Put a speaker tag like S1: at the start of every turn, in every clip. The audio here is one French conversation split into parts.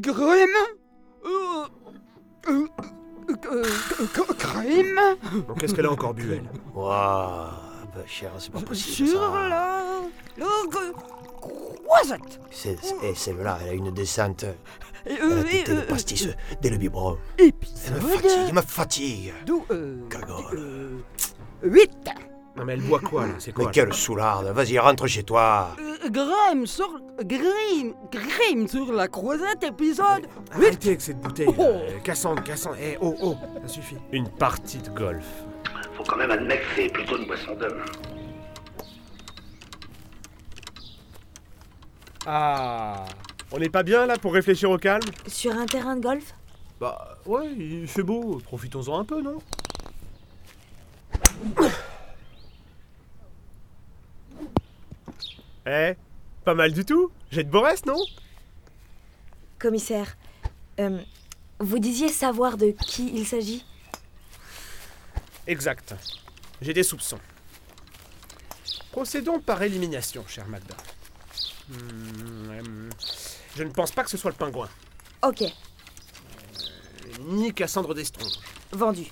S1: Grim Euh, euh, euh, euh, Grim
S2: Bon, qu'est-ce qu'elle a encore bu, elle
S3: Waouh, bah cher, c'est pas possible.
S1: Euh, Sur
S3: ça. hein.
S1: la... la croisette
S3: C'est, c'est- eh, celle-là, elle a une descente.
S1: Et,
S3: Elle
S1: euh,
S3: a
S1: et,
S3: tété le
S1: euh,
S3: pastis dès le biberon. Elle me fatigue,
S1: Épisode
S3: elle me fatigue.
S1: d'où... Euh,
S3: Cagole.
S1: euh, 8
S2: Non, mais elle boit quoi, là C'est
S3: Mais
S2: quoi là
S3: quelle soularde, vas-y, rentre chez toi.
S1: Euh, Grim sur... Grim Grim sur la croisette, épisode...
S2: Arrêtez avec cette bouteille. là.
S1: Oh.
S2: Euh, Cassandre, Cassandre. Eh, oh, oh, ça suffit.
S4: Une partie de golf.
S5: Faut quand même admettre que c'est plutôt une boisson d'homme.
S4: Ah On n'est pas bien là pour réfléchir au calme
S6: Sur un terrain de golf
S4: Bah ouais, il fait beau, profitons-en un peu, non Eh, pas mal du tout J'ai de beaux restes, non
S6: Commissaire, euh, vous disiez savoir de qui il s'agit
S4: Exact. J'ai des soupçons. Procédons par élimination, chère Magda. Hmm, hum, je ne pense pas que ce soit le pingouin,
S6: Ok,
S4: ni Cassandre d'Estronge,
S6: vendu.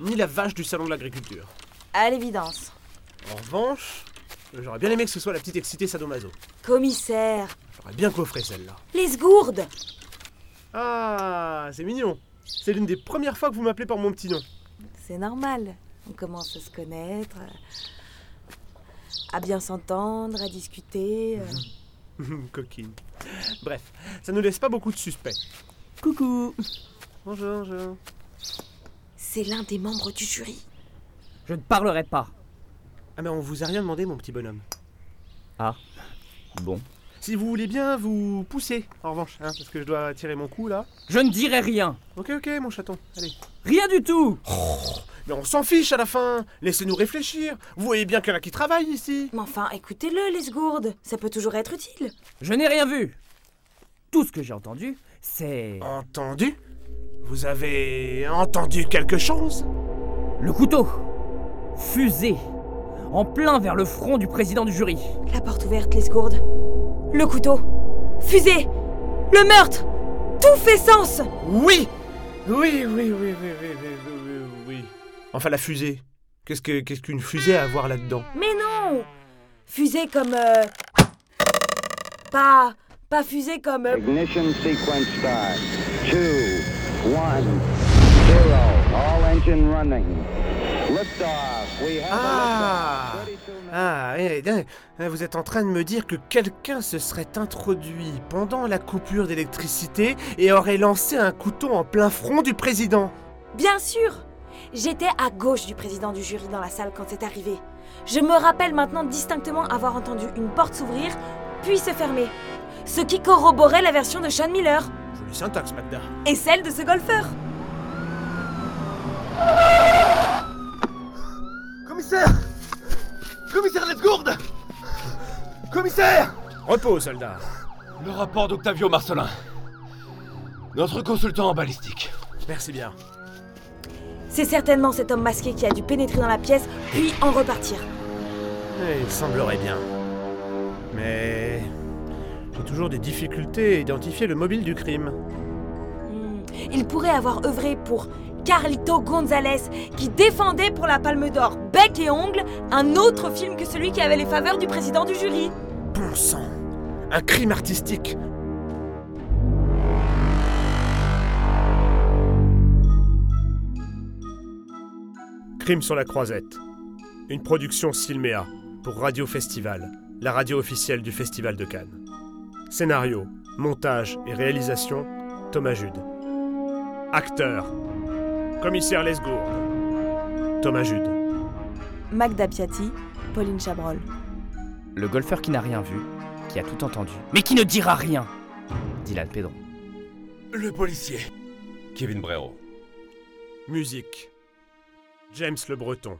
S4: ni la vache du salon de l'agriculture.
S6: À l'évidence.
S4: En revanche, j'aurais bien aimé que ce soit la petite excitée sadomaso.
S6: Commissaire,
S4: J'aurais bien coffré celle-là.
S6: les gourdes
S4: Ah, c'est mignon. C'est l'une des premières fois que vous m'appelez par mon petit nom.
S6: C'est normal. On commence à se connaître, à bien s'entendre, à discuter. euh.
S4: Hmm, Coquine. Bref, ça ne laisse pas beaucoup de suspects.
S1: Coucou
S4: Bonjour, bonjour.
S6: C'est l'un des membres du jury.
S7: Je ne parlerai pas.
S4: Ah mais on vous a rien demandé, mon petit bonhomme.
S7: Bon.
S4: Si vous voulez bien, vous poussez, en revanche, hein, parce que je dois tirer mon coup là.
S7: Je ne dirai rien.
S4: Ok, ok, mon chaton, allez.
S7: Rien du tout
S4: Mais on s'en fiche à la fin Laissez-nous réfléchir Vous voyez bien qu'il y en a qui travaillent ici
S6: Mais enfin, écoutez-le, les gourdes. Ça peut toujours être utile.
S7: Je n'ai rien vu. Tout ce que j'ai entendu, c'est...
S4: Entendu Vous avez entendu quelque chose
S7: Le couteau Fusé En plein vers le front du président du jury.
S6: La porte ouverte, les gourdes. Le couteau. Fusée. Le meurtre. Tout fait sens.
S4: Oui Oui, oui, oui, oui, oui, oui, oui, oui, oui. Enfin, la fusée. Qu'est-ce que- qu'est-ce qu'une fusée a à voir là-dedans
S6: Mais non Fusée comme... euh, Pas... Pas fusée comme... euh,
S8: Ignition sequence start. Two, one, zero. All engine running. Liftoff. We have
S4: Ah
S8: a liftoff.
S4: Ah, eh, eh, eh, vous êtes en train de me dire que quelqu'un se serait introduit pendant la coupure d'électricité et aurait lancé un couteau en plein front du président
S6: Bien sûr J'étais à gauche du président du jury dans la salle quand c'est arrivé. Je me rappelle maintenant distinctement avoir entendu une porte s'ouvrir, puis se fermer. Ce qui corroborait la version de Sean Miller
S4: Jolie syntaxe, Magda.
S6: et celle de ce golfeur.
S2: Commissaire Commissaire Lesgourde Commissaire
S4: Repos, soldat.
S9: Le rapport d'Octavio Marcelin. Notre consultant en balistique.
S4: Merci bien.
S6: C'est certainement cet homme masqué qui a dû pénétrer dans la pièce, puis en repartir.
S4: Eh, Il semblerait bien. Mais... J'ai toujours des difficultés à identifier le mobile du crime.
S6: Hmm. Il pourrait avoir œuvré pour Carlito Gonzalez, qui défendait pour la Palme d'Or Bec et Ongle, un autre film que celui qui avait les faveurs du président du jury.
S4: Bon sang Un crime artistique Crime sur la croisette. Une production Silméa pour Radio Festival, la radio officielle du Festival de Cannes. Scénario, montage et réalisation, Thomas Jude. Acteur, commissaire Lesgourde, Thomas Jude.
S6: Magda Piatti, Pauline Chabrol.
S7: Le golfeur qui n'a rien vu, qui a tout entendu, mais qui ne dira rien. Dylan Pedron.
S9: Le policier. Kevin Brero.
S4: Musique, James Le Breton.